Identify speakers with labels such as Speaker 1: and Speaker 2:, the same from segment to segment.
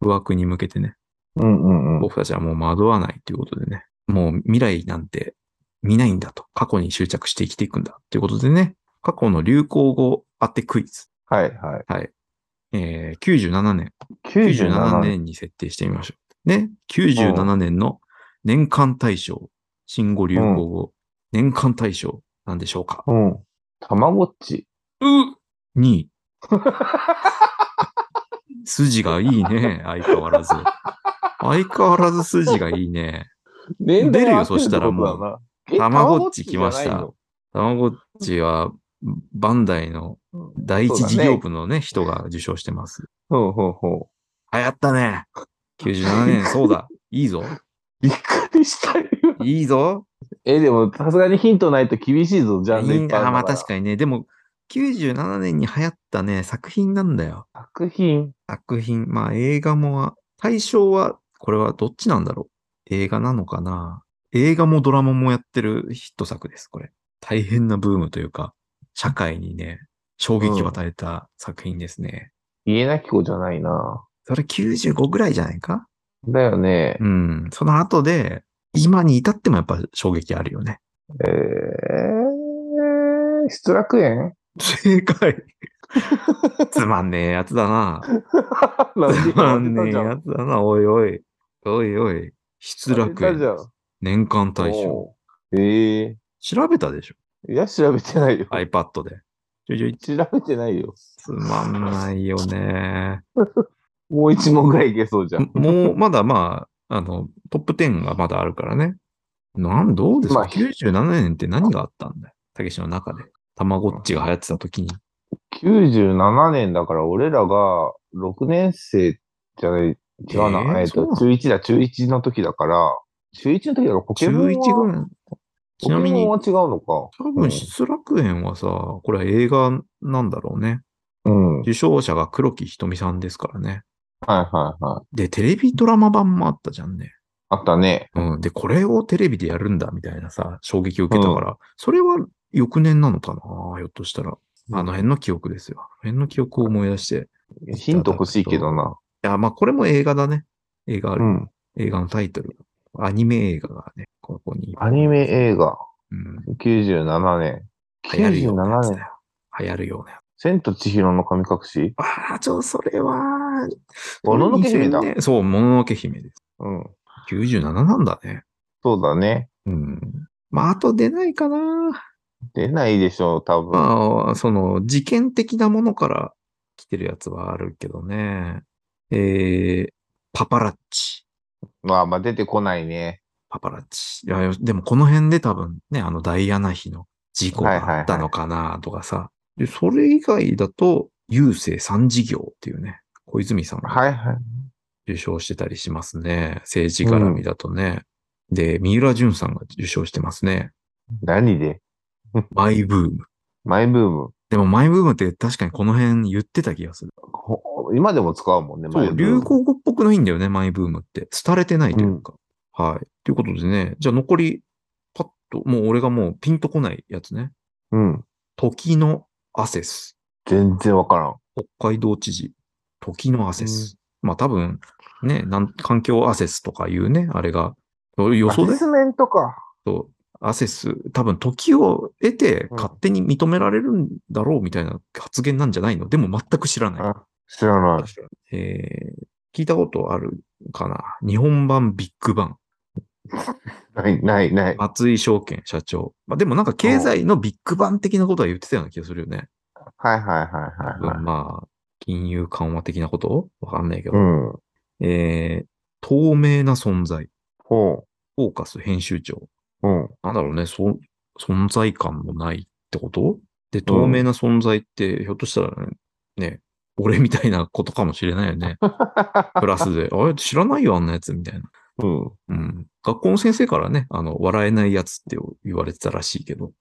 Speaker 1: 枠に向けてね、
Speaker 2: うんうんうん。
Speaker 1: 僕たちはもう惑わないということでね、もう未来なんて見ないんだと、過去に執着して生きていくんだということでね、過去の流行語当てクイズ。
Speaker 2: はいはい。
Speaker 1: はい。えー、97年。
Speaker 2: 97
Speaker 1: 97
Speaker 2: 年。
Speaker 1: 年に設定してみましょう。ね、97年の年間大賞、新語・流行語、年間大賞なんでしょうか
Speaker 2: うん。たまごっち。
Speaker 1: う ?2 位。筋がいいね、相変わらず。相変わらず筋がいいね。
Speaker 2: 年代
Speaker 1: 出るよ
Speaker 2: 合って
Speaker 1: そしたらもう
Speaker 2: ってことだな。え
Speaker 1: たまごっち来ました
Speaker 2: たまごっち
Speaker 1: たまごっちは、バンダイの
Speaker 2: じゃないの
Speaker 1: 第一
Speaker 2: そう
Speaker 1: 事
Speaker 2: だね
Speaker 1: 業部のね、人が受賞してます。
Speaker 2: ほうほうほ
Speaker 1: 流行ったね。97年、 そうだ。いいぞ。
Speaker 2: う。びっくりしたよ。
Speaker 1: いいぞ。
Speaker 2: え、でも、さすがにヒントないと厳しいぞ、ジャンル
Speaker 1: いい
Speaker 2: いっぱい
Speaker 1: な、まあ
Speaker 2: から
Speaker 1: 確かにね。でも、97年に流行ったね、作品なんだよ。
Speaker 2: 作品。
Speaker 1: 作品。まあ映画も、対象は、これはどっちなんだろう。映画なのかな映画もドラマもやってるヒット作です、これ。大変なブームというか、社会にね、衝撃を与えた作品ですね。
Speaker 2: 家なき子じゃないな。
Speaker 1: それ95ぐらいじゃないか
Speaker 2: だよね。
Speaker 1: うん。その後で、今に至ってもやっぱ衝撃あるよね。
Speaker 2: えー、失楽園
Speaker 1: 正解。 つまんねえやつだな。つまんねえやつだな、おいおい。おいおい。失楽
Speaker 2: じゃ
Speaker 1: 園。
Speaker 2: ん。
Speaker 1: 年間大賞。
Speaker 2: おうえ
Speaker 1: 調べたでしょ
Speaker 2: ー、いや、調べてないよ。
Speaker 1: ?iPad で。ちょちょい
Speaker 2: 調べてないよ。
Speaker 1: つまんないよね。
Speaker 2: もう一問ぐらいいけそうじゃん。
Speaker 1: もう、まだまあ、あの、トップ10がまだあるからね。なん、どうですか、
Speaker 2: まあ
Speaker 1: ?97 年って何があったんだよ。たけしの中で。たまごっちが流行ってた時に。
Speaker 2: 97年だから、俺らが6年生じゃない、違うな。
Speaker 1: えー
Speaker 2: えっ
Speaker 1: そうな
Speaker 2: と
Speaker 1: の、
Speaker 2: 中1だ、中1の時だから、中1の時だからポケ
Speaker 1: 中
Speaker 2: モンは。
Speaker 1: 1ぐらい。ちなみに、
Speaker 2: ポケモンは違うのか。
Speaker 1: 多分、失楽園はさ、これは映画なんだろうね。
Speaker 2: うん。うん。はい
Speaker 1: 受賞者が黒木ひとみさんですからね。
Speaker 2: はいはい。
Speaker 1: で、テレビドラマ版もあったじゃんね。
Speaker 2: あったね。
Speaker 1: うん。で、これをテレビでやるんだ、みたいなさ、衝撃を受けたから、それは翌年なのかなひょっとしたら。あの辺の記憶ですよ。あの辺の記憶を思い出して。
Speaker 2: ヒント欲しいけどな。
Speaker 1: いや、まあ、これも映画だね。映画あ
Speaker 2: う
Speaker 1: る。
Speaker 2: ん。
Speaker 1: 映画のタイトル。アニメ映画がね、ここに。
Speaker 2: アニメ映画、
Speaker 1: うん。
Speaker 2: 97年。
Speaker 1: 流行るようなや
Speaker 2: 97
Speaker 1: つ
Speaker 2: 年
Speaker 1: だ。よ。流行るようなやつ。
Speaker 2: 千と千尋の神隠し
Speaker 1: ああ、ちょ、それは、
Speaker 2: もののけ姫だ
Speaker 1: 2000年そう、もののけ姫です。
Speaker 2: うん。
Speaker 1: 97なんだね。
Speaker 2: そうだね。
Speaker 1: うん。まあ、あと出ないかな。
Speaker 2: 出ないでしょう、多分。
Speaker 1: まあ、その、事件的なものから来てるやつはあるけどね。えー、パパラッチ。
Speaker 2: まあまあ出てこないね。
Speaker 1: パパラッチ。いや、でもこの辺で多分ね、あのダイアナ妃の事故があったのかなとかさ。で、それ以外だと、郵政三事業っていうね、小泉さんが
Speaker 2: はいはい。
Speaker 1: 受賞してたりしますね。政治絡みだとね。で、三浦淳さんが受賞してますね。
Speaker 2: 何で
Speaker 1: マイブーム。
Speaker 2: マイブーム。
Speaker 1: でもマイブームって確かにこの辺言ってた気がする。
Speaker 2: ほ今でも使うもんね、
Speaker 1: そ
Speaker 2: マイ
Speaker 1: う、
Speaker 2: ブーム
Speaker 1: 流行語っぽくないんだよね、マイブームって。廃れてないというか。はい。ということでね、じゃあ残り、パッと、もう俺がもうピンとこないやつね。
Speaker 2: うん。
Speaker 1: 時のアセス。
Speaker 2: 全然わからん。
Speaker 1: 北海道知事。時のアセス。まあ多分、ね、なん環境アセスとかいうね、あれが、予想
Speaker 2: ア
Speaker 1: で
Speaker 2: セスメントか。
Speaker 1: と、アセス、多分時を得て
Speaker 2: うん
Speaker 1: 勝手に認められるんだろうみたいな発言なんじゃないのでも全く知らない。
Speaker 2: あ知らない。
Speaker 1: えー聞いたことあるかな日本版ビッグバン。
Speaker 2: ない、ない、ない。
Speaker 1: 松井証券社長。まあ、でもなんか経済のビッグバン的なことは言ってたような気がするよね。
Speaker 2: はいはいはいはい、
Speaker 1: う
Speaker 2: はい
Speaker 1: ん。まあ、金融緩和的なことわかんないけど。
Speaker 2: うん。
Speaker 1: えー透明な存在。
Speaker 2: ほ
Speaker 1: フォーカス編集長。
Speaker 2: う。うん。
Speaker 1: なんだろうね、そ、存在感もないってことで、透明な存在って、ひょっとしたらね、ね俺みたいなことかもしれないよ ね。プラスで、あれ知らないよ、あんなやつみたいな。
Speaker 2: うん。
Speaker 1: うん。学校の先生からね、あの、笑えないやつって言われてたらしいけど。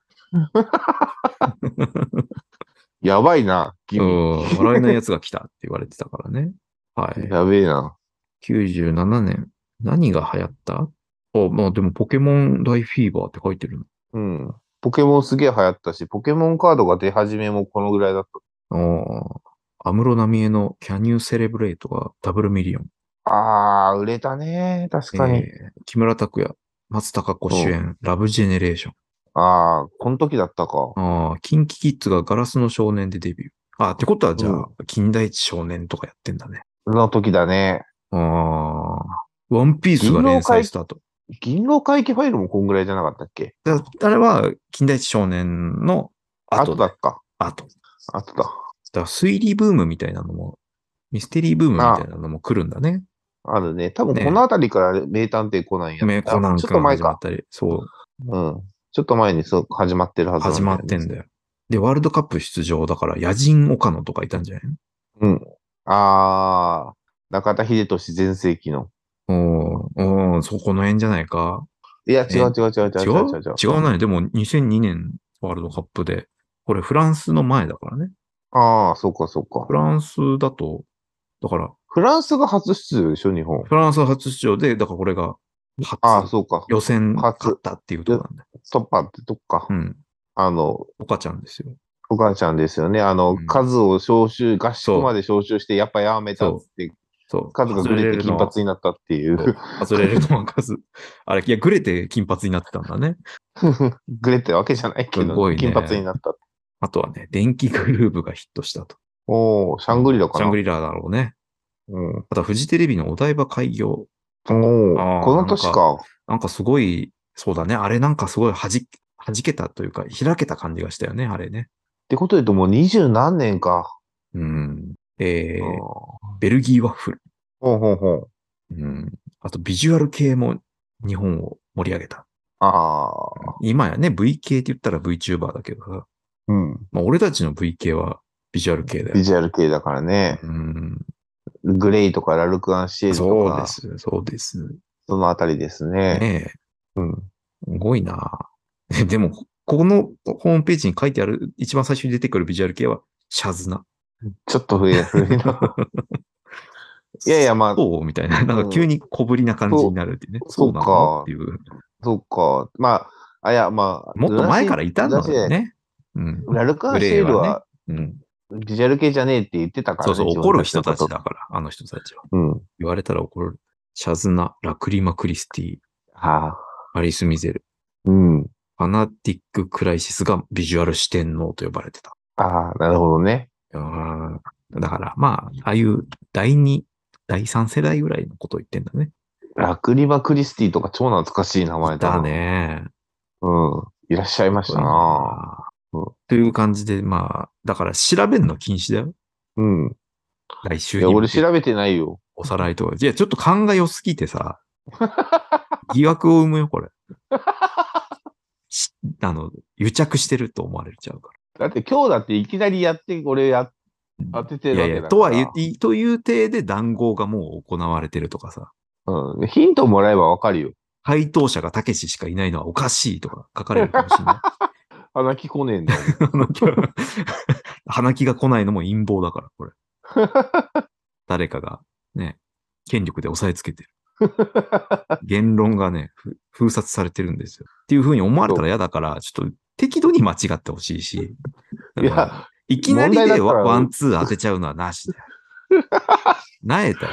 Speaker 2: やばいな、
Speaker 1: う
Speaker 2: 君。
Speaker 1: ん。笑えないやつが来たって言われてたからね。はい。
Speaker 2: やべえな。
Speaker 1: 97年。何が流行ったあ、まあでもポケモン大フィーバーって書いてる
Speaker 2: うん。ポケモンすげえ流行ったし、ポケモンカードが出始めもこのぐらいだった。
Speaker 1: の。ああ。安室奈美恵の Can You Celebrate がダブルミリオン。
Speaker 2: ああ、売れたね。確かに。
Speaker 1: えー木村拓哉、松たか子主
Speaker 2: う
Speaker 1: 演、ラブジェネレーション。
Speaker 2: ああ、この時だったか。
Speaker 1: ああ、キンキキッズがガラスの少年でデビュー。ああ、ってことはじゃあ、
Speaker 2: うん
Speaker 1: 金田一少年とかやってんだね。
Speaker 2: の時だね。
Speaker 1: ああ、ワンピースが連載スタート。
Speaker 2: 銀狼回帰ファイルもこんぐらいじゃなかったっけ
Speaker 1: だあれは、金田一少年の
Speaker 2: あ
Speaker 1: 後
Speaker 2: と
Speaker 1: だ。
Speaker 2: だっか。
Speaker 1: 後。だ
Speaker 2: あとだ。
Speaker 1: から推理ブームみたいなのも、ミステリーブームみたいなのも来るんだね。
Speaker 2: あるね。多分
Speaker 1: ね
Speaker 2: このあたりから名探偵コナンや
Speaker 1: 名コナン
Speaker 2: ちょっ
Speaker 1: く
Speaker 2: と
Speaker 1: ん
Speaker 2: 前
Speaker 1: 始まっ
Speaker 2: か。
Speaker 1: たり。そう、
Speaker 2: うん。ちょっと前にそう始まってるはず
Speaker 1: 始まってんだよ。で、ワールドカップ出場だから、野人岡野とかいたんじゃない
Speaker 2: うん。ああ、中田秀俊全盛期の。
Speaker 1: おーおーそこの辺じゃないか。
Speaker 2: いや、
Speaker 1: ね
Speaker 2: 違う違う違う違う
Speaker 1: 違う
Speaker 2: 違う違う。
Speaker 1: 違うない。でも2002年ワールドカップで、これフランスの前だからね。
Speaker 2: ああ、そうかそうか
Speaker 1: フ。ランスだと、だから、
Speaker 2: フランスが初出場でしょ、日本。
Speaker 1: フランス初出場で、だからこれが
Speaker 2: ああ、
Speaker 1: 初、
Speaker 2: そうか。
Speaker 1: 予選
Speaker 2: 初
Speaker 1: 勝ったっていうとこなんだよ。
Speaker 2: トッパーってとこか
Speaker 1: う。ん。
Speaker 2: あの、
Speaker 1: お母ちゃんですよ。
Speaker 2: お母ちゃんですよね。あの、
Speaker 1: うん
Speaker 2: 数を招集、合
Speaker 1: そ
Speaker 2: 宿
Speaker 1: う
Speaker 2: まで招集して、やっぱやめたっつって、
Speaker 1: そう。
Speaker 2: 数がぐれて金
Speaker 1: のは
Speaker 2: 髪になったっていう。
Speaker 1: 外れるのは数。あれ、いや、ぐれて金髪になってたんだね。
Speaker 2: ぐれてわけじゃないけ
Speaker 1: す
Speaker 2: ど、
Speaker 1: ごいね
Speaker 2: 金髪になった。
Speaker 1: あとはね、電気グルーブがヒットしたと。
Speaker 2: おおシャングリラか
Speaker 1: シ
Speaker 2: な。
Speaker 1: ャングリラだろうね。
Speaker 2: うん、
Speaker 1: あとはフジテレビのお台場開業。
Speaker 2: おお
Speaker 1: あー
Speaker 2: この年か。
Speaker 1: なんかすごい、そうだね。あれなんかすごい弾け、弾けたというか、開けた感じがしたよね、あれね。
Speaker 2: ってことで言うともう二十何年か。
Speaker 1: うん。えー
Speaker 2: うん
Speaker 1: ベルギーワッフル。
Speaker 2: ほうほうほう。
Speaker 1: うん。あと、ビジュアル系も日本を盛り上げた。
Speaker 2: ああ。
Speaker 1: 今やね、V 系って言ったら VTuber だけどさ。
Speaker 2: うん。
Speaker 1: まあ、俺たちの V 系はビジュアル系だ
Speaker 2: ビ
Speaker 1: よ。
Speaker 2: ジュアル系だからね。
Speaker 1: うん。
Speaker 2: グレイとかラルクアンシエルと
Speaker 1: そう
Speaker 2: か
Speaker 1: で、す。そうです。
Speaker 2: そのあたりですね。
Speaker 1: ね
Speaker 2: うん。
Speaker 1: え、すごいな。でも、ここのホームページに書いてある、一番最初に出てくるビジュアル系は、シャズナ。
Speaker 2: ちょっと古い な、古いな。いやいやまあ
Speaker 1: そうみたいな。なんか急に小ぶりな感じになるっていうね。
Speaker 2: そ
Speaker 1: そううなんだっていう。
Speaker 2: そうか。まあ、あ、いや、まあ。
Speaker 1: もっと前からいたんだ
Speaker 2: ラ
Speaker 1: よ
Speaker 2: ル
Speaker 1: ね。うん。
Speaker 2: ラルクアンシエル
Speaker 1: グレー
Speaker 2: は、
Speaker 1: うん。
Speaker 2: ビジュアル系じゃねえって言ってたから
Speaker 1: そ
Speaker 2: ね。
Speaker 1: うそう、
Speaker 2: 自分
Speaker 1: 怒る人たち
Speaker 2: の
Speaker 1: だから、あの人たちは。
Speaker 2: こと。うん。
Speaker 1: 言われたら怒る。シャズナ、ラクリマ・クリスティ、
Speaker 2: はあ。
Speaker 1: アリス・ミゼル、
Speaker 2: うん。
Speaker 1: ファナティック・クライシスがビジュアル四天王と呼ばれてた。
Speaker 2: ああ、なるほどね。
Speaker 1: うんだから、まあ、ああいう第二、第三世代ぐらいのことを言ってんだね。
Speaker 2: ラクリバ・クリスティとか超懐かしい名前だな
Speaker 1: だ。ね。
Speaker 2: うん。いらっしゃいましたな。うん
Speaker 1: という感じで、まあ、だから調べるの禁止だよ。
Speaker 2: うん。
Speaker 1: 来週
Speaker 2: い
Speaker 1: に
Speaker 2: や、
Speaker 1: も
Speaker 2: 俺調べてないよ。
Speaker 1: おさらいとか。いや、ちょっと勘が良すぎてさ、疑惑を生むよ、これ。しあの、癒着してると思われちゃうか
Speaker 2: だって今日だっていきなりやって、俺やっ
Speaker 1: ら
Speaker 2: 当。てて
Speaker 1: い
Speaker 2: る
Speaker 1: や
Speaker 2: わ
Speaker 1: い
Speaker 2: け
Speaker 1: や、
Speaker 2: だから。
Speaker 1: とは言って、という体で談合がもう行われてるとかさ、
Speaker 2: うん。ヒントもらえばわかるよ。
Speaker 1: 配当者がたけししかいないのはおかしいとか書かれるかもし れない。
Speaker 2: 穴きこねえんだよ。
Speaker 1: 鼻木は鼻木が来ないのも陰謀だから、これ。誰かが、ね、権力で押さえつけてる。言論がね、ふ封殺されてるんですよ。っていうふうに思われたら嫌だから、ちょっと適度に間違ってほしいし。
Speaker 2: いや、
Speaker 1: いきなり
Speaker 2: 問
Speaker 1: で
Speaker 2: 題だった
Speaker 1: ワ
Speaker 2: ら
Speaker 1: ワンツー当てちゃうのはなしだ よ。なえたよ。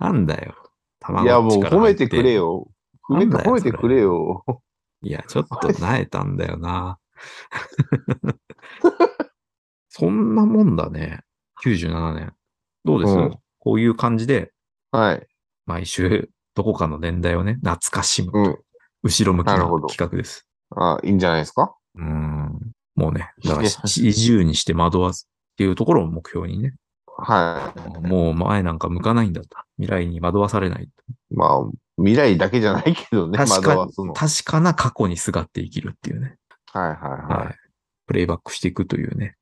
Speaker 1: なんだよ。
Speaker 2: いやもう
Speaker 1: 卵
Speaker 2: 褒めてくれ。よ。褒め
Speaker 1: なんだよ
Speaker 2: 褒めてくれよ。
Speaker 1: いや、ちょっとなえたんだよな。 そんなもんだね。97年。どうです、
Speaker 2: うん
Speaker 1: こういう感じで、
Speaker 2: はい。
Speaker 1: 毎週、どこかの年代をね、懐かしむ。
Speaker 2: うん。
Speaker 1: 後ろ向きな
Speaker 2: なるほど
Speaker 1: 企画です。
Speaker 2: あいいんじゃないですか
Speaker 1: うーん。もうね、だから
Speaker 2: して
Speaker 1: 40にして惑わずっていうところを目標にね、
Speaker 2: は
Speaker 1: もう前なんか向かないんだと。未来に惑わされない。
Speaker 2: い。まあ、未来だけじゃないけどね、
Speaker 1: 確
Speaker 2: 窓は
Speaker 1: か
Speaker 2: その。
Speaker 1: 確かな過去にすがって生きるっていうね。
Speaker 2: はいはいはい。
Speaker 1: はい。プレイバックしていくというね。